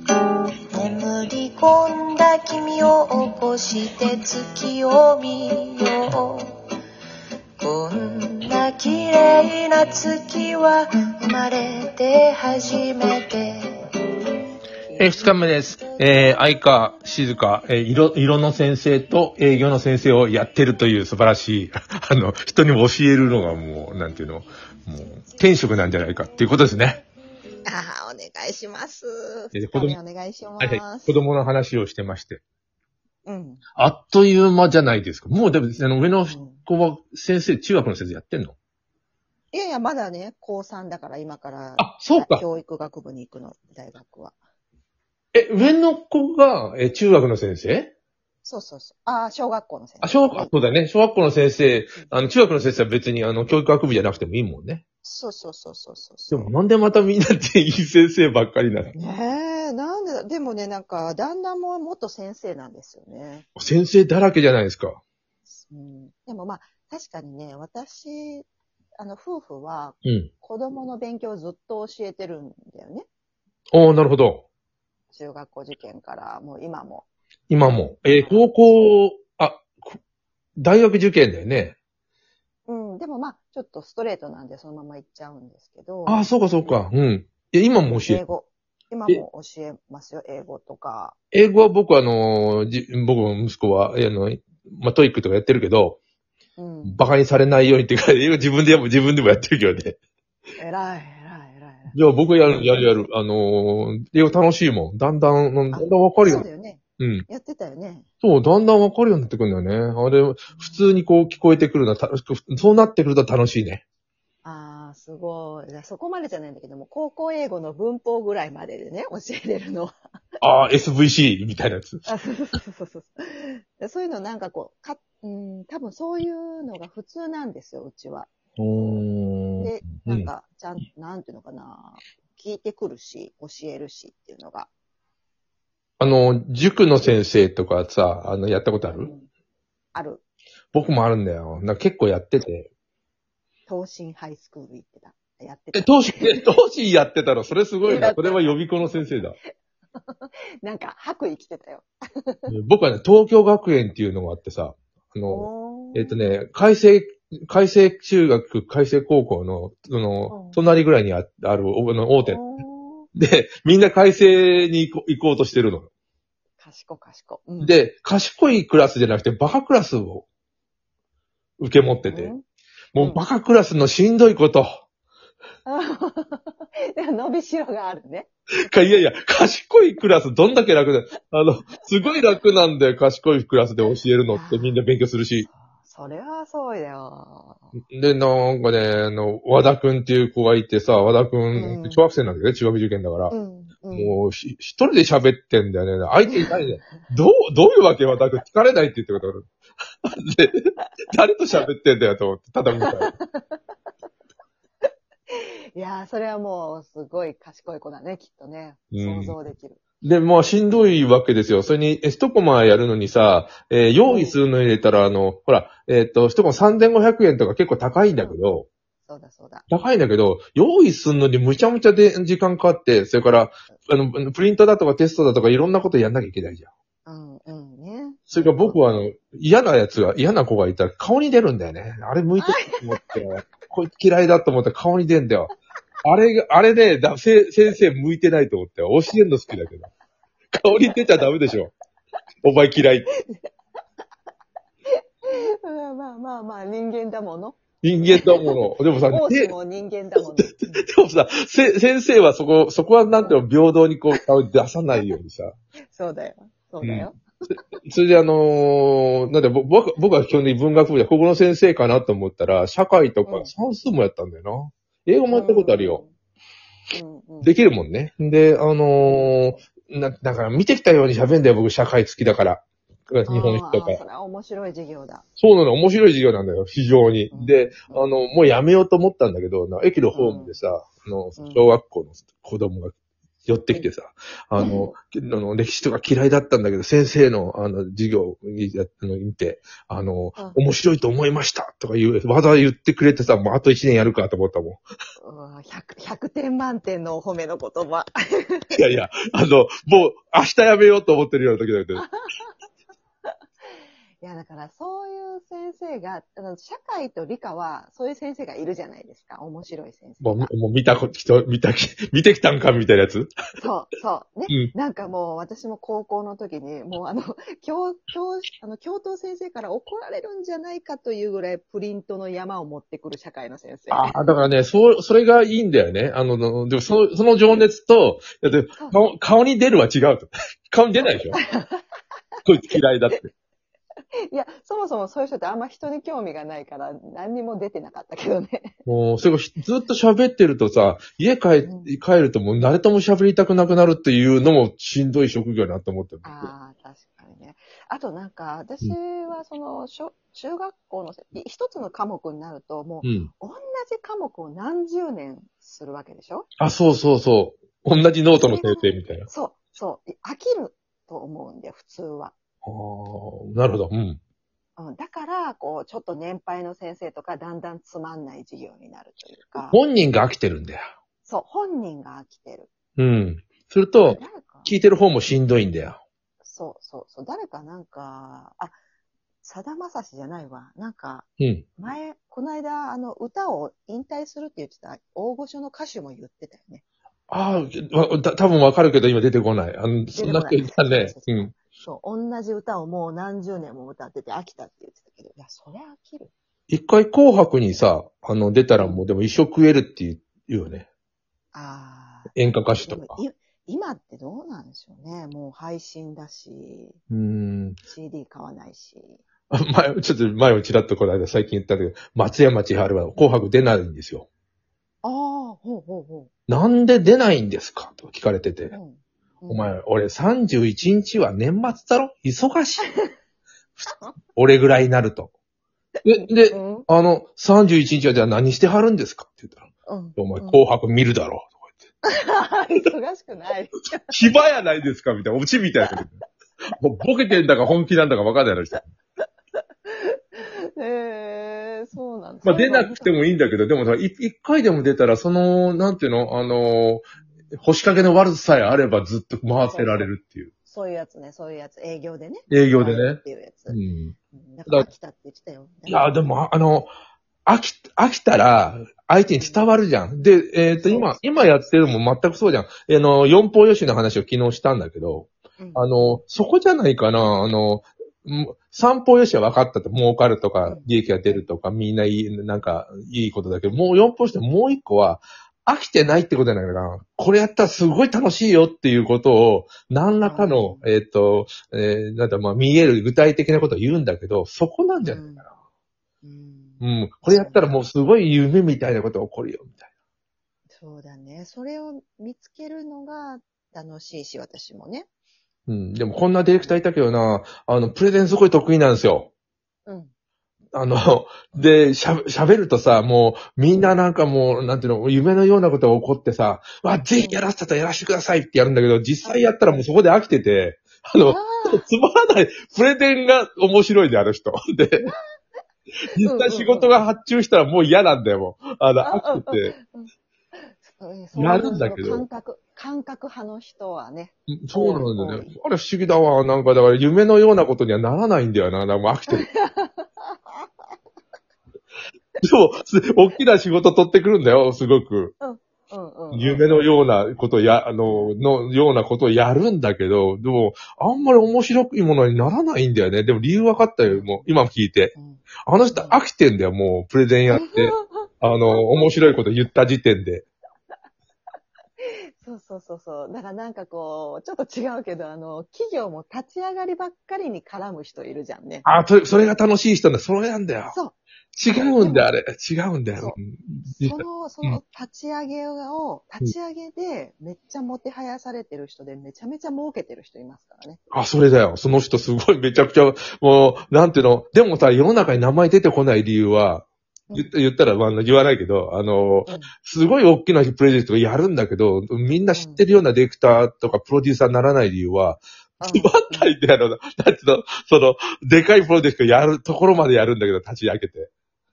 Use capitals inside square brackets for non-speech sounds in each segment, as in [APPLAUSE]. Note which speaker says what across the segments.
Speaker 1: 眠り込んだ君を起こして月を見ようこんな綺麗な月は生まれて初めて
Speaker 2: えー二日目です。えー、相川静香、えー、色、色の先生と営業の先生をやってるという素晴らしい、 [LAUGHS] あの、人にも教えるのがもう、なんていうの、もう、天職なんじゃないかっていうことですね。
Speaker 3: ああ、お願いします。
Speaker 2: で子
Speaker 3: お
Speaker 2: 供
Speaker 3: 願いしま
Speaker 2: はい
Speaker 3: す。
Speaker 2: はい。子供の話をしてまして。
Speaker 3: うん。
Speaker 2: あっという間じゃないですか。もう、でも、あの、上の子は先生、中学の先生やってんの
Speaker 3: いやいや、まだね、高3だから今から、
Speaker 2: あ、そうか。
Speaker 3: 教育学部に行くの、大学は。
Speaker 2: え、上の子が、えー、中学の先生
Speaker 3: そうそうそう。ああ、小学校の先生。
Speaker 2: あ、小学校、そうだね。小学校の先生、あの、中学の先生は別に、あの、教育学部じゃなくてもいいもんね。
Speaker 3: そうそうそうそうそうそ
Speaker 2: で
Speaker 3: う。
Speaker 2: も、なんでまたみんなっていい先生ばっかりなの
Speaker 3: ねえ、なんで、でもね、なんか、旦那も元先生なんですよね。
Speaker 2: 先生だらけじゃないですか。
Speaker 3: うん。でもまあ、確かにね、私、あの、夫婦は
Speaker 2: うん。
Speaker 3: 子供の勉強をずっと教えてるんだよね。
Speaker 2: おー、なるほど。
Speaker 3: 中学校受験から、もう今も。
Speaker 2: 今も。えー高校、あ、こ大学受験だよね。
Speaker 3: うん、でもまあ、ちょっとストレートなんでそのまま行っちゃうんですけど。
Speaker 2: あー、そうかそうか。うん。え、今も教
Speaker 3: 英
Speaker 2: え、
Speaker 3: 語。今も教えますよ、英語とか。
Speaker 2: 英語は僕はあのー、じ僕の息子は、えーあの、まあ、トイックとかやってるけど、
Speaker 3: うん。
Speaker 2: バカにされないようにっていうか、 [LAUGHS] 英語自分でやも自分でもやってるけどね。
Speaker 3: 偉い、偉い、偉い。
Speaker 2: いや、僕やる、やる、やる。あのー、英語楽しいもん。だんだん、だんだんわかる
Speaker 3: そ
Speaker 2: よ
Speaker 3: うだ。よね。
Speaker 2: うん。
Speaker 3: やってたよね。
Speaker 2: そう、だんだんわかるようになってくるんだよね。あれ、普通にこう聞こえてくるのは楽しく、そうなってくると楽しいね。
Speaker 3: ああ、すごい。いやそこまでじゃないんだけども、高校英語の文法ぐらいまででね、教えれ
Speaker 2: [LAUGHS]
Speaker 3: るのは。
Speaker 2: ああ、SVC みたいなやつ。
Speaker 3: あそうそうそうそうそう。そういうのなんかこう、か、うん、多分そういうのが普通なんですよ、うちは。
Speaker 2: お
Speaker 3: で、なんか、ちゃん、なんていうのかな。聞いてくるし、教えるしっていうのが。
Speaker 2: あの、塾の先生とかさ、あの、やったことあ
Speaker 3: う
Speaker 2: る
Speaker 3: んある。
Speaker 2: 僕もあるんだよ。なんか結構やってて。
Speaker 3: 東進ハイスクール行ってた。やってた。
Speaker 2: え、当時、え、当時やってたのそれすごいな。それは予備校の先生だ。
Speaker 3: なんか、白衣着てたよ。
Speaker 2: 僕はね、東京学園っていうのがあってさ、あの、
Speaker 3: おー
Speaker 2: えっとね、海星、海星中学、海星高校の、その
Speaker 3: うん、
Speaker 2: 隣ぐらいにあある、おあの大手。
Speaker 3: おー
Speaker 2: で、みんな海星に行こ行こうとしてるの。
Speaker 3: 賢賢。うん、
Speaker 2: で、賢いクラスじゃなくて、バカクラスを受け持ってて
Speaker 3: う。ん [LAUGHS]
Speaker 2: もうバカクラスのしんどいこと。 [LAUGHS]
Speaker 3: あでも伸びしろがあるね。
Speaker 2: かいやいや、賢いクラスどんだけ楽だ。あの、すごい楽なんだよ、賢いクラスで教えるのってみんな勉強するし。
Speaker 3: それはそうだよ。
Speaker 2: で、なんかね、あの、和田くんっていう子がいてさ、和田く
Speaker 3: うん
Speaker 2: ん、小学生なんだよね、中学受験だから。
Speaker 3: うん。うん、
Speaker 2: もうひ、一人で喋ってんだよね。相手いないね。どう、どういうわけ和田くん疲れないって言ってこと [LAUGHS] で、誰と喋ってんだよと思って、ただ見たら。
Speaker 3: いやー、それはもう、すごい賢い子だね、きっとね。
Speaker 2: うん
Speaker 3: 想像できる。
Speaker 2: で、まあ、しんどいわけですよ。それに、え一コマやるのにさ、えー用意するのに入れたら、あの、ほら、えーっと、一コマ3500円とか結構高いんだけど、
Speaker 3: そうだそうだ。
Speaker 2: 高いんだけど、用意するのにむちゃむちゃで時間かかって、それから、あの、あのプリントだとかテストだとかいろんなことやんなきゃいけないじゃん。
Speaker 3: うん、うん、ね。
Speaker 2: それから僕は、あの、嫌なやつが、嫌な子がいたら顔に出るんだよね。あれ向いてると思って、こいつ嫌いだと思ったら顔に出んだよ。あれが、あれね、だせ先生向いてないと思って、教えるの好きだけど。顔に出ちゃダメでしょ。お前嫌い。
Speaker 3: まあまあまあまあ、人間だもの。
Speaker 2: 人間だもの。でもさ、
Speaker 3: 王
Speaker 2: せ
Speaker 3: 子
Speaker 2: で
Speaker 3: も人間だもの。うん
Speaker 2: もさ、せ先生はそこ、そこはなんていうの、平等にこう、顔出さないようにさ。
Speaker 3: そうだよ。そうだよ。
Speaker 2: それであのーなんでぼ僕、僕は基本的に文学部で、ここの先生かなと思ったら、社会と
Speaker 3: う
Speaker 2: か
Speaker 3: ん
Speaker 2: 算数もやったんだよな。英語もやったことあるよ。
Speaker 3: うん。うん、うん。
Speaker 2: できるもんね。で、あのーな、だから見てきたように喋んだよ、僕、社会好きだから。日本
Speaker 3: あ
Speaker 2: 史
Speaker 3: ー
Speaker 2: とか。
Speaker 3: それは面白い授業だ。
Speaker 2: そうなの、面白い授業なんだよ、非常に
Speaker 3: う。ん
Speaker 2: で、あの、もうやめようと思ったんだけど、な駅のホームでさ、あの、小学校の子供が寄ってきてさ、あの、あの歴史とか嫌いだったんだけど、先生の、あの、授業にやあの見て、あの、
Speaker 3: あ
Speaker 2: 面白いと思いましたとか言う、わざわざ言ってくれてさ、もうあと1年やるかと思ったもん。 [LAUGHS]
Speaker 3: うわ100、100点満点のお褒めの言葉。 [LAUGHS]
Speaker 2: いやいや、あの、もう明日やめようと思ってるような時だ
Speaker 3: [LAUGHS]
Speaker 2: けど。
Speaker 3: いや、だからそういう先生が、あの社会と理科はそういう先生がいるじゃないですか。面白い先生
Speaker 2: も
Speaker 3: が。
Speaker 2: う、もう見たこ、人、見たき、見てきたんかみたいなやつ
Speaker 3: そう、そう。ね。
Speaker 2: うん。
Speaker 3: なんかもう私も高校の時に、もうあの、 [LAUGHS] 教、教、あの、教頭先生から怒られるんじゃないかというぐらいプリントの山を持ってくる社会の先生。
Speaker 2: ああ、だからね、そう、それがいいんだよね。あの、のでもその、その情熱と、だって
Speaker 3: そう
Speaker 2: 顔、顔に出るは違うと。 [LAUGHS] 顔に出ないでしょこいつ嫌いだって。
Speaker 3: いや、そもそもそういう人ってあんま人に興味がないから何にも出てなかったけどね。
Speaker 2: もう、それがひずっと喋ってるとさ、家帰
Speaker 3: うん、
Speaker 2: 帰るともう誰とも喋りたくなくなるっていうのもしんどい職業だなと思ってる。
Speaker 3: ああ、確かにね。あとなんか、私はその、小中学校のせい一つの科目になると、もう
Speaker 2: うん。
Speaker 3: 同じ科目を何十年するわけでしょ
Speaker 2: あ、そうそうそう。同じノートの先生みたいな。あ
Speaker 3: そう、そう。飽きると思うんで、普通は。
Speaker 2: あー、なるほど。うん。
Speaker 3: うん、だから、こう、ちょっと年配の先生とか、だんだんつまんない授業になるというか、
Speaker 2: 本人が飽きてるんだよ。
Speaker 3: そう、本人が飽きてる。
Speaker 2: うん。すると、
Speaker 3: 誰か
Speaker 2: 聞いてる方もしんどいんだよ。
Speaker 3: そうそうそう、誰かなんか、あ、さだまさしじゃないわ。なんか、
Speaker 2: うん。
Speaker 3: 前、この間、あの、歌を引退するって言ってた、大御所の歌手も言ってたよね。
Speaker 2: ああ、わた多分わかるけど今出てこない。あの、そんな人いたね
Speaker 3: 出てこ。
Speaker 2: う
Speaker 3: ない
Speaker 2: ん。
Speaker 3: そう、同じ歌をもう何十年も歌ってて飽きたって言ってたけど、いや、そりゃ飽きる。
Speaker 2: 一回紅白にさ、あの、出たらもうでも一生食えるって言う言うよね。
Speaker 3: ああ。
Speaker 2: 演歌歌手
Speaker 3: で
Speaker 2: と
Speaker 3: も
Speaker 2: か。
Speaker 3: い今ってどうなんでしょうね。もう配信だし、
Speaker 2: うーん。
Speaker 3: CD 買わないし。
Speaker 2: あ前、ちょっと前をちらっとこの間最近言ったけど、松山千春は紅白出ないんですよ。
Speaker 3: ああ、ほうほうほ
Speaker 2: なんで出ないんですかと聞かれてて
Speaker 3: う。う。ん、
Speaker 2: お前、俺31日は年末だろ忙 [LAUGHS] しい。俺ぐらいになると。で、
Speaker 3: う
Speaker 2: で、
Speaker 3: ん、うん、
Speaker 2: あの、31日はじゃあ何してはるんですかって言ったら、
Speaker 3: うん。
Speaker 2: お前
Speaker 3: うん
Speaker 2: 紅白見るだろう。とか言って
Speaker 3: [LAUGHS] 忙しくない。
Speaker 2: 暇やないですかみたいな、オチみたいな。 [LAUGHS] もうボケてんだか本気なんだか分かんないの人。
Speaker 3: ええそうなんです
Speaker 2: まあ出なくて
Speaker 3: も。
Speaker 2: もいいんだけど、でもさ、い一回でも出たら、その、なんていうのあのー、星掛けの悪さえあればずっと回せられるっていう。
Speaker 3: そういうやつね、そういうやつ。営業でね。
Speaker 2: 営業で
Speaker 3: はい
Speaker 2: ね
Speaker 3: っ。ていうやつ。
Speaker 2: う
Speaker 3: うん
Speaker 2: ん。
Speaker 3: だから
Speaker 2: だ
Speaker 3: 飽きたって言ってたよ。
Speaker 2: いや、でも、ああの、飽き、飽きたら、相手に伝わるじゃん。で、えっ、と、今、今やってるのも全くそうじゃん。あの、四方よしの話を昨日したんだけど、
Speaker 3: うん、
Speaker 2: あの、そこじゃないかな、あの、ん三方よしは分かったと、儲かるとか、利益が出るとか、みんないい、なんか、いいことだけど、もう四方よしのもう一個は、飽きてないってことじゃないかな。これやったらすごい楽しいよっていうことを、何らかの、えっ、と、えーなんだ、まあ、見える具体的なことを言うんだけど、そこなんじゃないかな。
Speaker 3: うん
Speaker 2: うん。これやったらもうすごい夢みたいなことが起こるよ、みたい
Speaker 3: そうだね。それを見つけるのが楽しいし、私もね。
Speaker 2: な。うん。でもこんなディレクターいたけどな、あの、プレゼンすごい得意なんですよ。
Speaker 3: うん。
Speaker 2: あの、 [LAUGHS] で、しゃ、喋るとさ、もう、みんななんかもう、なんていうの、夢のようなことが起こってさ、わ、ぜひやらせたらやらせてくださいってやるんだけど、実際やったらもうそこで飽きてて、あ
Speaker 3: あ
Speaker 2: の、
Speaker 3: あ、
Speaker 2: つまらない、プレゼンが面白いで、あの人。で、実際仕事が発注したらもう嫌なんだよ、もう。あの、飽きてて。
Speaker 3: うん
Speaker 2: やるんだけど
Speaker 3: そういうの感覚、感覚派の人はね。
Speaker 2: そうなんだよね。あれ不思議だわ。なんか、だから夢のようなことにはならないんだよな。なんかもう飽き [LAUGHS] てる。でも、す大きな仕事取ってくるんだよ、すごく。
Speaker 3: うんうんうん。
Speaker 2: 夢のようなことや、あの、のようなことをやるんだけど、でも、あんまり面白いものにならないんだよね。でも理由分かったよ、もう、今聞いて。
Speaker 3: うん
Speaker 2: あの人飽きてんだよ、もう、プレゼンや [LAUGHS] って。あの、面白いこと言った時点で。
Speaker 3: そうそうそうそう。だからなんかこう、ちょっと違うけど、あの、企業も立ち上がりばっかりに絡む人いるじゃんね。
Speaker 2: あ、それ、それが楽しい人だ。それなんだよ。
Speaker 3: そう。
Speaker 2: 違うんだよ、あれ。違うんだよ。うん
Speaker 3: その、その立ち上げを、立ち上げでめっちゃもてはやされてる人でめちゃめちゃ儲けてる人いますからね。
Speaker 2: あ、それだよ。その人すごいめちゃくちゃ、もう、なんていうの。でもさ、世の中に名前出てこない理由は、言った言ったら、まあ、言わないけど、あの [LAUGHS]
Speaker 3: うん、
Speaker 2: すごい大きなプロジェクトをやるんだけど、みんな知ってるようなディレクターとかプロデューサーにならない理由は、決まったりだろうな。だっての、その、でかいプロジェクトやるところまでやるんだけど、立ち上げて。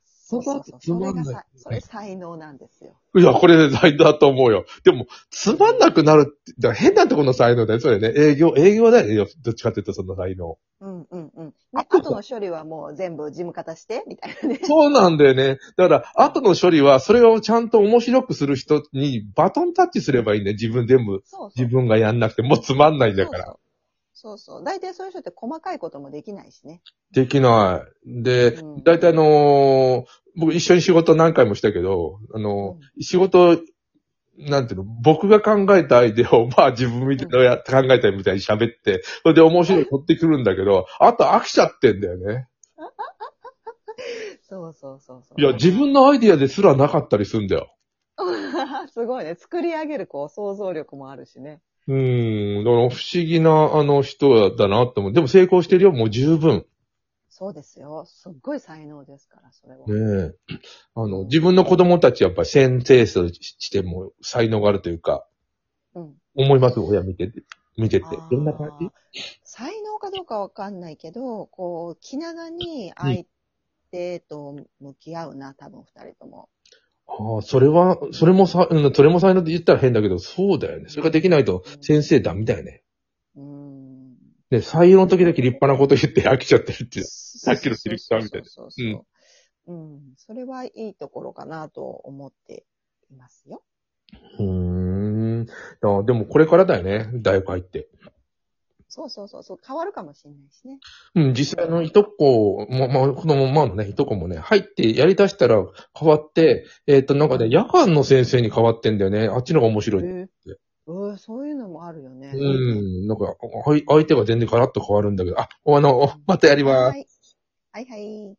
Speaker 3: そうそうそう。
Speaker 2: つ
Speaker 3: そ
Speaker 2: ま
Speaker 3: れ
Speaker 2: んない
Speaker 3: がさ、それ才能なんですよ。
Speaker 2: いや、これ才能だと思うよ。でも、つまんなくなるって、だから変なところの才能だよ、それね。営業、営業だよ、どっちかっていうとその才能。
Speaker 3: うんうんうん。ね、
Speaker 2: あ
Speaker 3: あ
Speaker 2: と
Speaker 3: との処理はもう全部事務方して、みたいなね。
Speaker 2: そうなんだよね。だから、後の処理は、それをちゃんと面白くする人にバトンタッチすればいいね。自分全部、
Speaker 3: [LAUGHS] そうそう。
Speaker 2: 自分がやんなくて、もうつまんないんだから。
Speaker 3: そうそう。そうそう。大体そういう人って細かいこともできないしね。
Speaker 2: できない。で、
Speaker 3: うん
Speaker 2: 大体あのー僕一緒に仕事何回もしたけど、あのー仕事、なんていうの、僕が考えたアイデアを、 [LAUGHS] まあ自分みたいなや、考えたみたいに喋って、それで面白い取ってくるんだけど、あと飽きちゃってんだよね。
Speaker 3: そうそうそうそう。
Speaker 2: いや、自分のアイデアですらなかったりするんだよ。
Speaker 3: [LAUGHS] すごいね。作り上げるこう想像力もあるしね。
Speaker 2: うーん、だから不思議な、あの人だなって思う。でも成功してるよ、もう十分。
Speaker 3: そうですよ。すっごい才能ですから、それは。
Speaker 2: ねえ。あの、自分の子供たちやっぱ先生としても才能があるというか、
Speaker 3: うん。
Speaker 2: 思います、親見てて。見てて
Speaker 3: あー。
Speaker 2: どんな感じ
Speaker 3: 才能かどうかわかんないけど、こう、気長に相手と向き合うな、多分二人とも。
Speaker 2: ああ、それは、それもさ、うん、それも才能って言ったら変だけど、そうだよね。それができないと先生ダメだよね。
Speaker 3: うーん。
Speaker 2: で、採用の時だけ立派なこと言って飽きちゃってるっていう。
Speaker 3: さ
Speaker 2: っきのディレクターみたいな
Speaker 3: そうそうそうそう。うん。それはいいところかなと思っていますよ。
Speaker 2: うーん。あでもこれからだよね、大学入って。
Speaker 3: そうそうそう。そう変わるかもしれないしね。
Speaker 2: うん、実際あのいとこも、まあ、このままのね、いとこもね、入ってやり出したら変わって、えっ、と、なんかね、夜間の先生に変わってんだよね。あっちの方が面白い。
Speaker 3: えーうんそういうのもあるよね。
Speaker 2: うん、なんか、あい相手が全然ガラッと変わるんだけど、あ、あの、またやります
Speaker 3: は。い。はいはい。